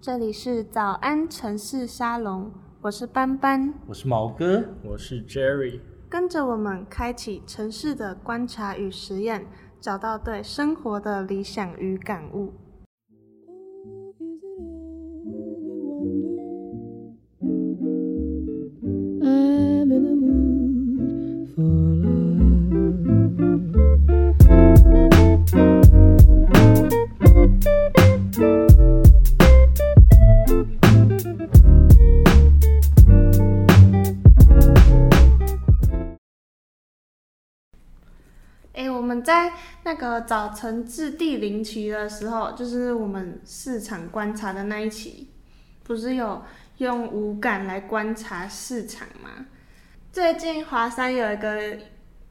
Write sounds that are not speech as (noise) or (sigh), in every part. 这里是早安城市沙龙，我是斑斑，我是毛哥，我是 Jerry。跟着我们开启城市的观察与实验，找到对生活的理想与感悟。 I'm in the mood for love. 诶，我们在那个早晨至第零期的时候，就是我们市场观察的那一期，不是有用五感来观察市场吗？最近华山有一个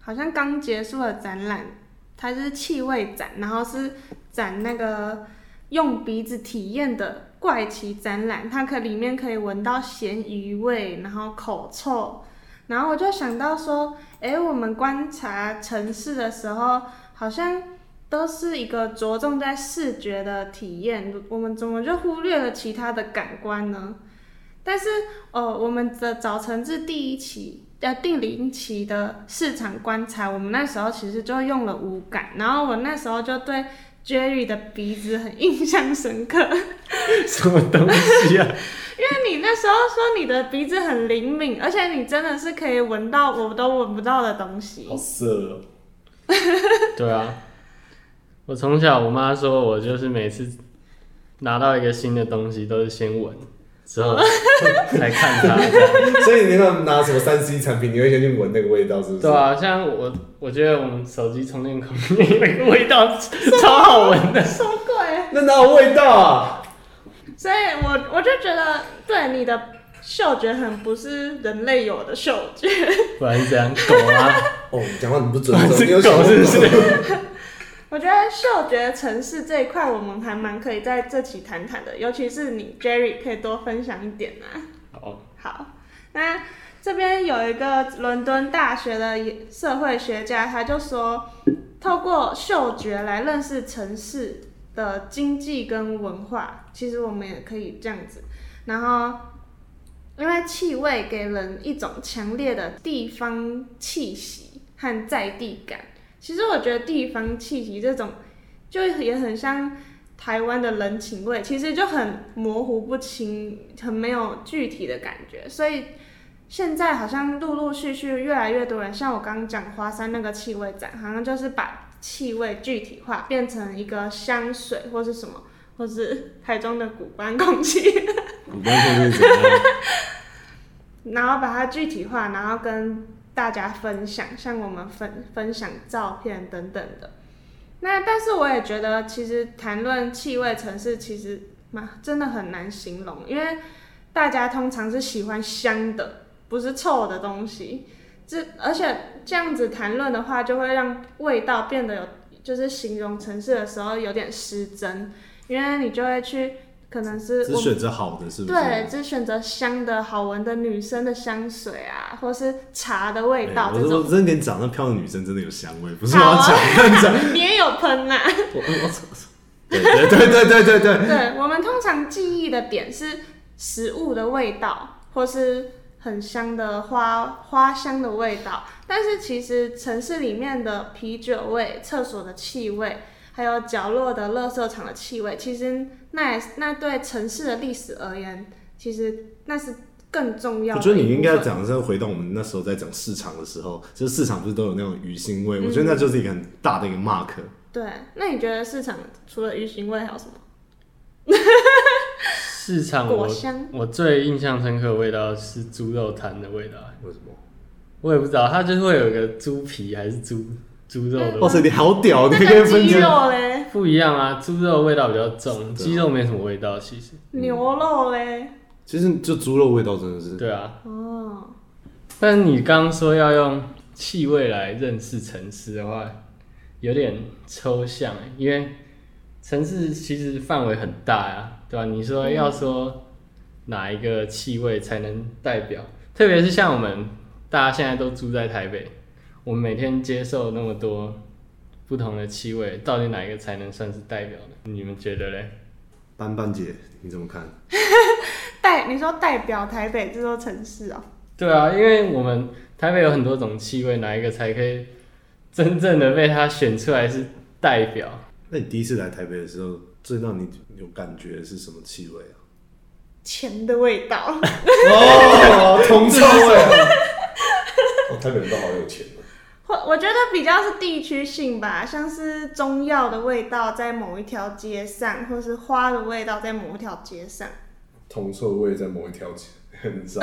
好像刚结束的展览，它就是气味展，然后是展那个用鼻子体验的怪奇展览，它可里面可以闻到咸鱼味，然后口臭，然后我就想到说。诶，我们观察城市的时候，好像都是一个着重在视觉的体验，我们怎么就忽略了其他的感官呢？但是，呃，我们的早晨至第一期，呃，第零期的市场观察，我们那时候其实就用了五感，然后我那时候就对 Jerry 的鼻子很印象深刻。 (laughs) 什么东西啊？因为你那时候说你的鼻子很灵敏，而且你真的是可以闻到我都闻不到的东西。好色哦。 (laughs) 对啊，我从小我妈说我就是每次拿到一个新的东西都是先闻，之 (laughs) 后才看它这 (laughs) 样。 (laughs) 所以你那个拿什么三 C 产品，你会先去闻那个味道，是不是？对啊，像我我觉得我们手机充电孔里那个味道超好闻 (laughs) 的。什么鬼？那哪有味道啊？所以我我就觉得对你的嗅觉很不是人类有的嗅觉。不然是怎样狗啊吗？哦，你讲话很不 (laughs) 尊重，是你有想狗过是不是？我觉得嗅觉城市这一块，我们还蛮可以在这期谈谈的，尤其是你 Jerry 可以多分享一点啊。好，好，那这边有一个伦敦大学的社会学家，他就说，透过嗅觉来认识城市的经济跟文化，其实我们也可以这样子。然后，因为气味给人一种强烈的地方气息和在地感。其实我觉得地方气息这种，就也很像台湾的人情味，其实就很模糊不清，很没有具体的感觉。所以现在好像陆陆续续越来越多人，像我刚刚讲花山那个气味展，好像就是把气味具体化，变成一个香水或是什么，或是台中的古关空气，你刚刚说是怎样？然后把它具体化，然后跟大家分享，像我们分分享照片等等的。那但是我也觉得，其实谈论气味城市，其实嘛真的很难形容，因为大家通常是喜欢香的，不是臭的东西。这而且这样子谈论的话，就会让味道变得有，就是形容城市的时候有点失真，因为你就会去，可能是只我选择好的，是不是？对，只选择香的好闻的女生的香水啊，或是茶的味道哎这我我种，啊真的跟你讲，那漂亮的女生真的有香味，不是我要讲认真。你也有喷啊啦、我我对对对对对对对， (laughs) 对我们通常记忆的点是食物的味道，或是很香的花花香的味道。但是其实城市里面的啤酒味、厕所的气味，还有角落的垃圾场的气味，其实那也那对城市的历史而言，其实那是更重要的一部分。我觉得你应该讲的是回到我们那时候在讲市场的时候，就是市场不是都有那种鱼腥嗯味？我觉得那就是一个很大的一个 mark。对，那你觉得市场除了鱼腥味还有什么？市场果我香我最印象深刻的味道是猪肉摊的味道，嗯为什么？我也不知道它就是会有一个猪皮还是猪猪肉的味哇塞，你好屌，你那还可以个分鸡清。肉嘞，不一样啊，猪肉味道比较重，真的鸡肉没什么味道，其实。牛肉嘞，其其实就猪肉味道真的是对啊，哦，但你刚刚说要用气味来认识城市的话，有点抽象欸，因为城市其实范围很大啊，对吧、你说要说哪一个气味才能代表，特别是像我们大家现在都住在台北，我们每天接受那么多不同的气味，到底哪一个才能算是代表呢？你们觉得嘞？班班姐你怎么看？代你说代表台北这座城市哦、对啊，因为我们台北有很多种气味，哪一个才可以真正的被他选出来是代表？那你第一次来台北的时候，最让你有感觉的是什么气味啊？钱的味道。哦，铜臭啊味。哦，台北人都好有钱哦或我觉得比较是地区性吧，像是中药的味道在某一条街上，或是花的味道在某一条街上。铜臭味在某一条街很脏。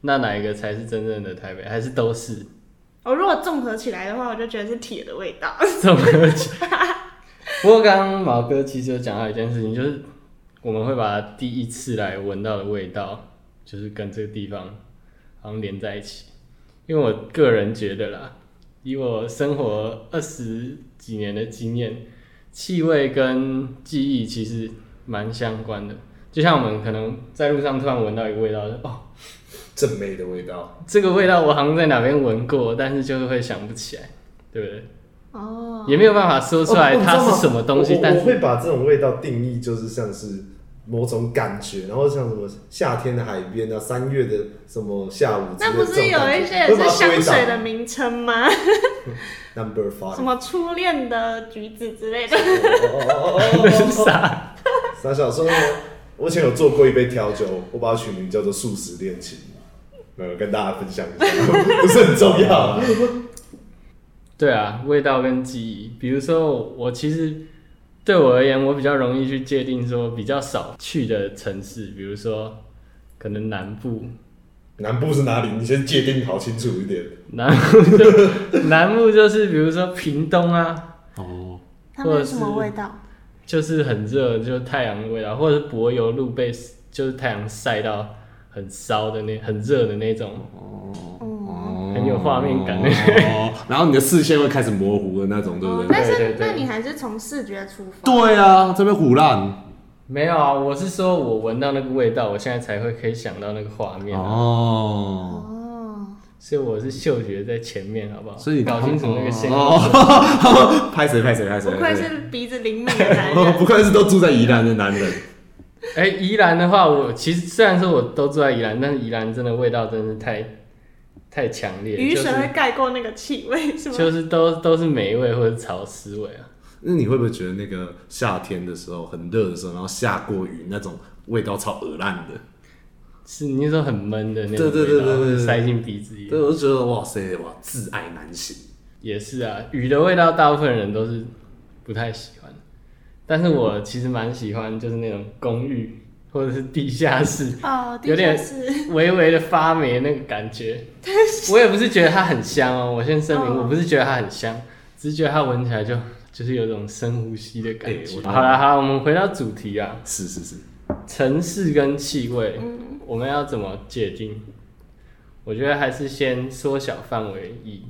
那哪一个才是真正的台北？还是都是？我、如果综合起来的话，我就觉得是铁的味道。这么有趣不过刚刚毛哥其实有讲到一件事情，就是我们会把第一次来闻到的味道，就是跟这个地方好像连在一起。因为我个人觉得啦，以我生活二十几年的经验，气味跟记忆其实蛮相关的。就像我们可能在路上突然闻到一个味道，就哦，正妹的味道，这个味道我好像在哪边闻过，但是就是会想不起来，对不对？哦，也没有办法说出哦来它是什么东西，我但我是我会把这种味道定义就是像是某种感觉，然后像什么夏天的海边啊，三月的什么下午之类那的不是有一些也这种感是觉香水的会名称吗？把它归档 number 什 five 么初恋的橘子之类的。哦。哦哦哦哦是啥？傻小说，我以前有做过一杯调酒，我把它取名叫做“素食恋情”，呃，跟大家分享一下， (laughs) 不是很重要。对啊，味道跟记忆。比如说我，我其实对我而言，我比较容易去界定说比较少去的城市，比如说可能南部，南部是哪里？你先界定好清楚一点。南部 (laughs) 就南部就是比如说屏东啊，哦，它们有什么味道？就是很热，就是太阳的味道，或者是柏油路被就是太阳晒到很烧的那很热的那种，哦很有画面感的。哦，然后你的视线会开始模糊的那种，对不哦，对？但是对对对那你还是从视觉出发。对啊，这边虎烂没有啊，我是说我闻到那个味道，我现在才会可以想到那个画面、啊。哦，哦，所以我是嗅觉在前面，好不好？所以搞清楚那个线。哦，拍谁拍谁拍谁，不愧拍谁是鼻子灵敏的男哦人。不愧是 (laughs) 都住在宜兰的男人。哎、宜兰的话，我其实虽然说我都住在宜兰，但是宜兰真的味道真是太太强烈，雨水会盖过那个气味，是就吗？是就是都都是霉味或者潮湿味啊。那你会不会觉得那个夏天的时候很热的时候，然后下过雨那种味道超恶烂的？是你那时候很闷的那种味道，对对对对对对塞进鼻子里。对，我就觉得哇塞，哇，挚爱难行。也是啊，雨的味道大部分人都是不太喜欢，但是我其实蛮喜欢，就是那种公寓或者是地下室，哦，的确有点是。微微的发霉那个感觉。我也不是觉得它很香哦，我先声明，哦我不是觉得它很香，只是觉得它闻起来就就是有种深呼吸的感哎觉。我好啦好啦，我们回到主题啊，是是是，城市跟气味，我们要怎么界定？我觉得还是先缩小范围，以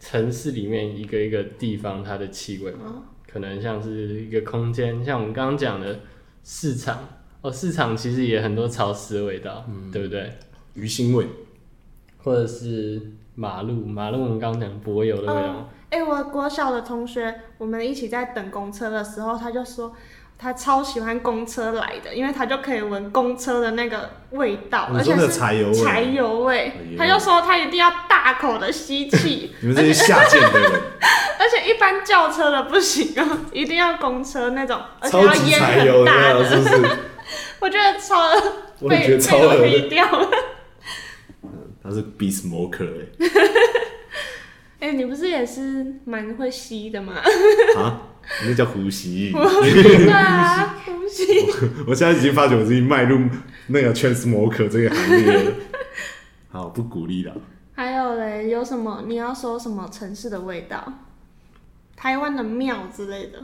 城市里面一个一个地方它的气味嘛，可能像是一个空间，像我们刚刚讲的市场哦，市场其实也很多潮湿的味道，对不对？鱼腥味。或者是马路，马路我们刚刚讲柏油的啊味道，哎、我国小的同学，我们一起在等公车的时候，他就说他超喜欢公车来的，因为他就可以闻公车的那个味道，你而说且那个是柴油味柴油味哎呦他就说他一定要大口的吸 (laughs)，气你们这些下贱的人，而且一般轿车的不 (laughs) 行哦，一定要公车那种，而且超要级烟柴油很的大啊，的，是不是？我觉得超我也被觉得被超我恶黑的。掉了。 (laughs) 他是 b e smoker 哎、你不是也是蛮会吸的 (laughs) 吗？哎、啊， (laughs) 那叫呼吸。对啊，呼吸。我现在已经发觉我自己迈入那个 trans smoker 这个行业了。好，不鼓励了。还有嘞，有什么你要说什么城市的味道？台湾的庙之类的，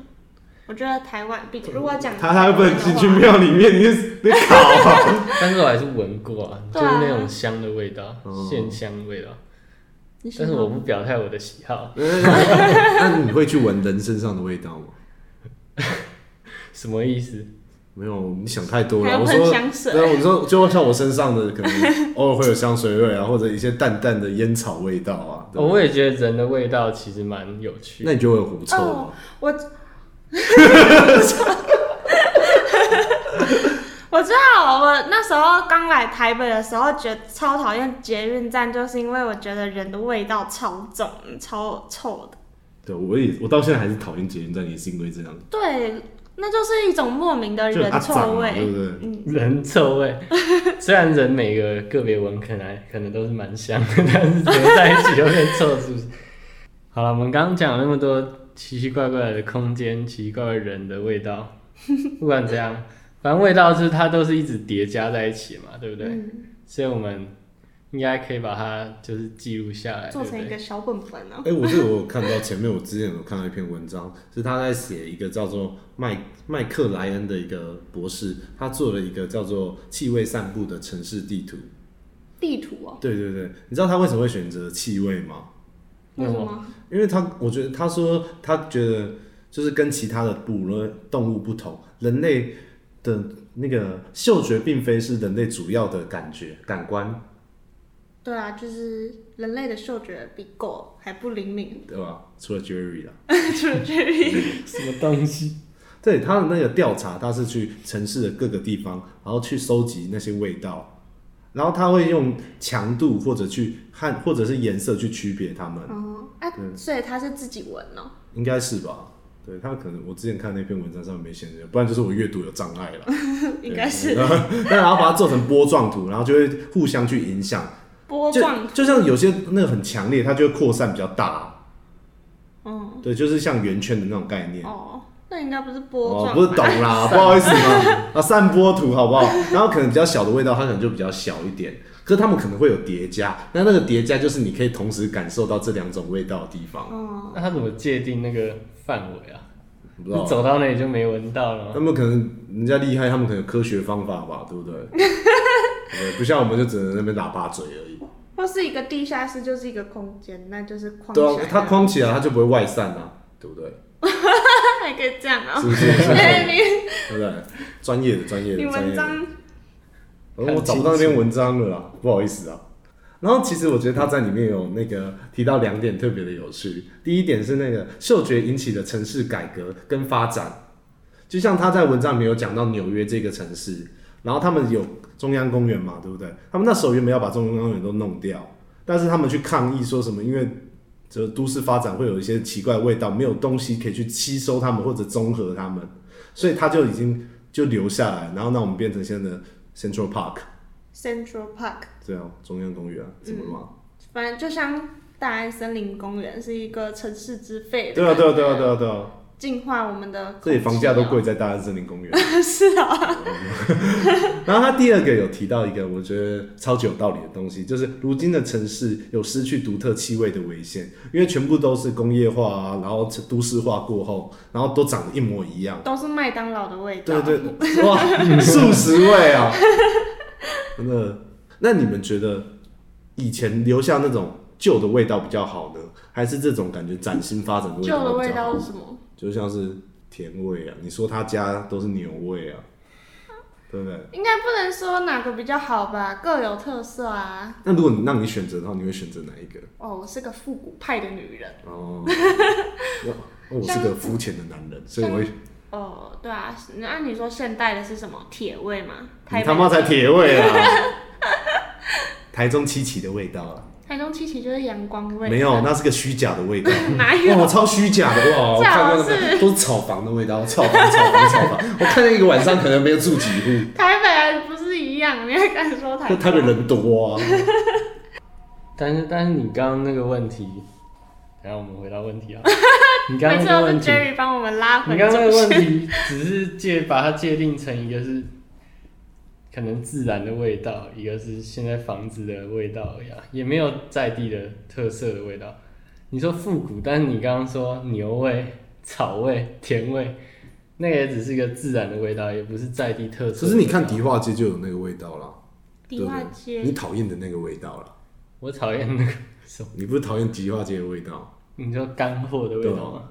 我觉得台湾比如果讲他他会不能进去台湾的话庙里面，你是你考、啊。但是我还是闻过啊，就对是啊那种香的味道，哦线香味道。你喜但欢是吗我不表态我的喜好， (laughs) 嗯那你会去闻人身上的味道吗？什么意思？没有，你想太多还了。有我喷说，香水对啊，我说就像我身上的，可 (laughs) 能偶尔会有香水味啊，或者一些淡淡的烟草味道啊。哦，对不对我也觉得人的味道其实蛮有趣那的。你就会有狐臭哦吗？，我我知道，我那时候刚来台北的时候，觉得超讨厌捷运站，就是因为我觉得人的味道超重、超臭的。对，我也我到现在还是讨厌捷运站，也是因为这样，对，那就是一种莫名的就很人阿臭脏嘛，味。对不对？嗯人臭味。 (laughs) 虽然人每个个别闻可能可能都是蛮香的，但是合在一起就变臭，是不 (laughs) 是？好了，我们刚刚讲了那么多奇奇怪怪的空间、奇奇怪怪人的味 (laughs) 道，不管怎样，反正味道就是它都是一直叠加在一起嘛，对不对？嗯所以我们应该可以把它就是记录下来，做成对一不对个小本本啊。哎、我这个我有看到前面，我之前有看到一篇文章，是他在写一个叫做麦麦克莱恩的一个博士，他做了一个叫做气味散步的城市地图。地图哦、对对对，你知道他为什么会选择气味吗？为什为什么？因为他我觉得他说他觉得就是跟其他的哺乳动物不同，人类的那个嗅觉并非是人类主要的感觉感官，对啊，就是人类的嗅觉比狗还不灵敏， (laughs) 对吧？除了 Jerry 啦。除了这里。什么东西？对他的那个调查，他是去城市的各个地方，然后去收集那些味道，然后他会用强度或者去和或者是颜色去区别它们，哦，啊，所以它是自己闻哦、应该是吧？对他可能我之前看那篇文章上面没写这个，不然就是我阅读有障碍了。应该 (laughs) 是对， (laughs) 那然后把它做成波状图，然后就会互相去影响，波就状。就像有些那个很强烈，它就会扩散比较大，嗯，对，就是像圆圈的那种概念。哦，那应该不是波哦，状吧、不是懂啦，不好意思 (laughs) 嘛，啊，散播图好不好？然后可能比较小的味道，它可能就比较小一点，可是它们可能会有叠加，那那个叠加就是你可以同时感受到这两种味道的地方，哦，那他怎么界定那个范围啊？你你不知道吗？走到那里就没闻到了他吗？们可能人家厉害，他们可能有科学方法吧，对不 (laughs) 对？对不对不像我们就只能那边喇叭嘴而已。 (laughs) 或是一个地下室就是一个空间，那就是框起对来啊的。，它框起来，它就不会外散啊，对不 (laughs) 对？它 (laughs) 还可以这样哦、是不是？是不是哎你对不对？专业的，专业你的，专业文的。章然后我哦找不到那篇文章了啦，不好意思啊。然后其实我觉得他在里面有那个提到两点特别的有趣，第一点是那个嗅觉引起的城市改革跟发展，就像他在文章里面有讲到纽约这个城市，然后他们有中央公园嘛，对不对？他们那时候原本要把中央公园都弄掉，但是他们去抗议说什么，因为这都市发展会有一些奇怪的味道，没有东西可以去吸收它们或者综合它们，所以他就已经就留下来，然后让我们变成现在的 Central Park。 Central Park，对啊，中央公园啊，怎么了嘛？反正就像大安森林公园是一个城市之肺、对啊，对啊，对啊，对啊，啊对啊，净化我们的、这里房价都贵，。在大安森林公园。是啊，啊然后他第二个有提到一个我觉得超级有道理的东西，就是如今的城市有失去独特气味的危险，因为全部都是工业化啊，然后都市化过后，然后都长得一模一样。都是麦当劳的味道。对对，对哇， (laughs) 素食味啊， (laughs) 真的。那你们觉得以前留下那种旧的味道比较好呢，还是这种感觉崭新发展的味旧道？的比味较好道是什么？就像是甜味啊，你说他家都是牛味啊，嗯对不对？应该不能说哪个比较好吧，各有特色啊。那如果你让你选择的话，你会选择哪一个？哦，我是个复古派的女人。 (laughs) 哦，我我是个肤浅的男人，所以我会哦，对啊，那按你说现代的是什么铁味吗？台你北他妈才铁味啊！ (laughs) 台中七奇的味道啊，台中七期就是阳光味，啊没有，那是个虚假的味道。 (laughs) 哪有？哇，超虚假的哇！我最看好过那个都是炒房的味道，炒房、炒房、炒房。 (laughs) 我看见一个晚上可能没有住几户，台北还不是一样？你还敢说台那北？台北人多啊。但是但是你刚刚那个问题，等一下我们回答问题啊。你刚每刚次那个都是问题， Jerry 帮我们拉回你刚刚那个问题只是界把它界定成一个是可能自然的味道，一个是现在房子的味道而已、啊，也没有在地的特色的味道。你说复古，但是你刚刚说牛味、草味、甜味，那个也只是一个自然的味道，也不是在地特色。可是你看迪，化街就有那个味道啦，迪化对不对你街，讨厌的那个味道啦。我讨厌那个什么，你不是讨厌迪化街的味道？你说干货的味道吗？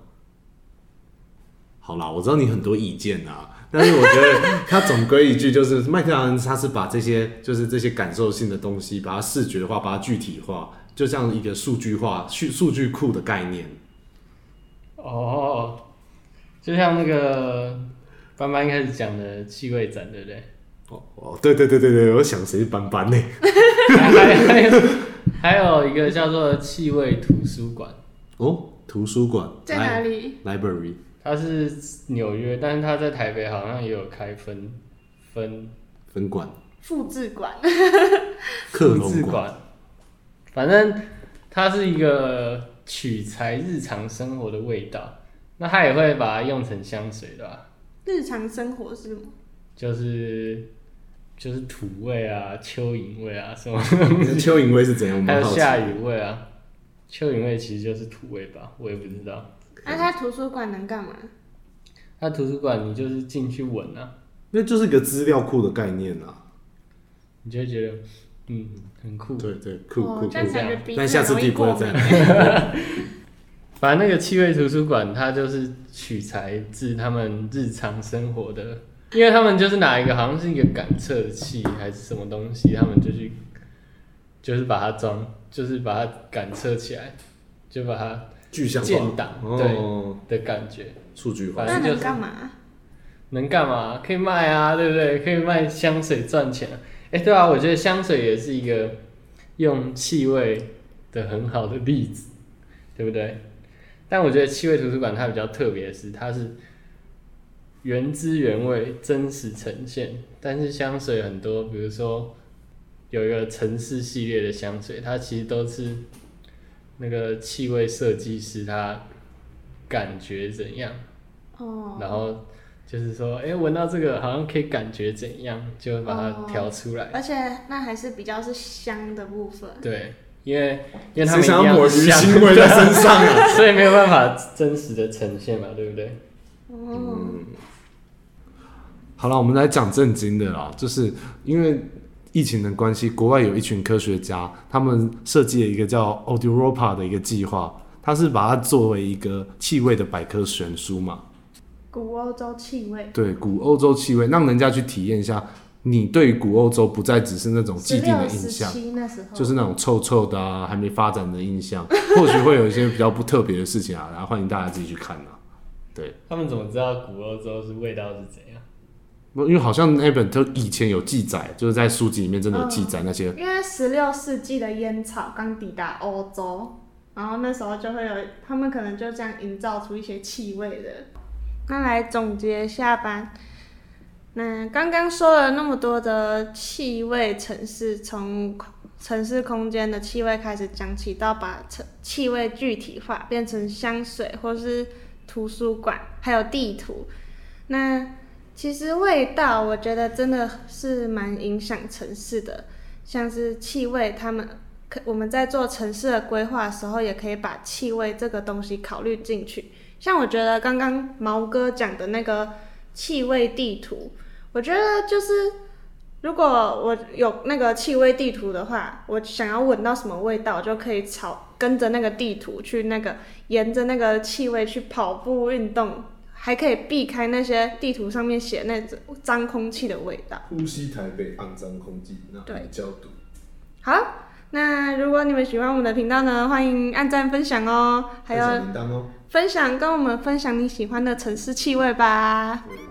好啦，我知道你很多意见啊，但是我觉得它总归一句就是，麦克兰他是把这些就是这些感受性的东西，把它视觉化，把它具体化，就像一个数据化、数数据库的概念。哦，就像那个班班一开始讲的气味展，对不对？哦，对对对对对，我想谁是斑斑呢？还还有还有一个叫做气味图书馆，哦，图书馆在哪里？ li-？Library 它是纽约，但是它在台北好像也有开分分 (laughs) 分馆，复制馆。克自隆治馆。馆，反正它是一个取材日常生活的味道，那它也会把它用成香水的、吧？日常生活是吗？就是就是土味啊、蚯蚓味啊什么， (laughs) 蚯蚓味是怎样？我还们有好奇。下雨味啊。蚯蚓味其实就是土味吧，我也不知道。那、啊他图书馆能干嘛？那图书馆你就是进去闻啊，那就是一个资料库的概念啊。你就会觉得嗯很酷。对对，酷哦酷酷这。样感觉鼻子但下次很容易地不要过再敏 (laughs) 来。反正那个气味图书馆，它就是取材自他们日常生活的，因为他们就是拿一个好像是一个感测器还是什么东西，他们就去就是把它装，就是把它感测起来，就把它具象建化。档哦，的感觉数据化。反那正就是能干嘛？啊能干嘛？可以卖啊，对不对？可以卖香水赚钱。哎、对啊，我觉得香水也是一个用气味的很好的例子，对不对？但我觉得气味图书馆它比较特别的是，它是原汁原味、真实呈现。但是香水很多，比如说有一个城市系列的香水，它其实都是那个气味设计师他感觉怎样。哦，然后就是说，哎、闻到这个好像可以感觉怎样，就会把它调出来。而且那还是比较是香的部分。对，因为因为他们谁一想要样抹鱼是香腥味在身上 (laughs) 啊？所以没有办法真实的呈现嘛，对不对？哦，好了，我们来讲正经的啦，就是因为疫情的关系，国外有一群科学家，他们设计了一个叫 o d Europa 的一个计划，它是把它作为一个气味的百科全书嘛，古欧洲气味，对，古欧洲气味，让人家去体验一下，你对于古欧洲不再只是那种既十定六的印十象。七那时候，就是那种臭臭的啊，还没发展的印象， (laughs) 或许会有一些比较不特别的事情啊，然后欢迎大家自己去看啊。对，他们怎么知道古欧洲是味道是怎样？因为好像那本就以前有记载，就是在书籍里面真的有记载那些因为十六世纪的烟草刚抵达欧洲，然后那时候就会有他们可能就这样营造出一些气味的。那来总结一下吧。那刚刚说了那么多的气味城市，从空城市空间的气味开始讲起，到把城气味具体化，变成香水或是图书馆，还有地图。那其实味道，我觉得真的是蛮影响城市的。像是气味，他们可我们在做城市的规划的时候，也可以把气味这个东西考虑进去。像我觉得刚刚毛哥讲的那个气味地图，我觉得就是如果我有那个气味地图的话，我想要闻到什么味道，我就可以朝跟着那个地图去那个沿着那个气味去跑步运动。还可以避开那些地图上面写那种脏空气的味道。呼吸台北肮脏空气，那对比较毒。好，那如果你们喜欢我们的频道呢，欢迎按赞、分享哦，还按小有铃铛哦。分享跟我们分享你喜欢的城市气味吧。对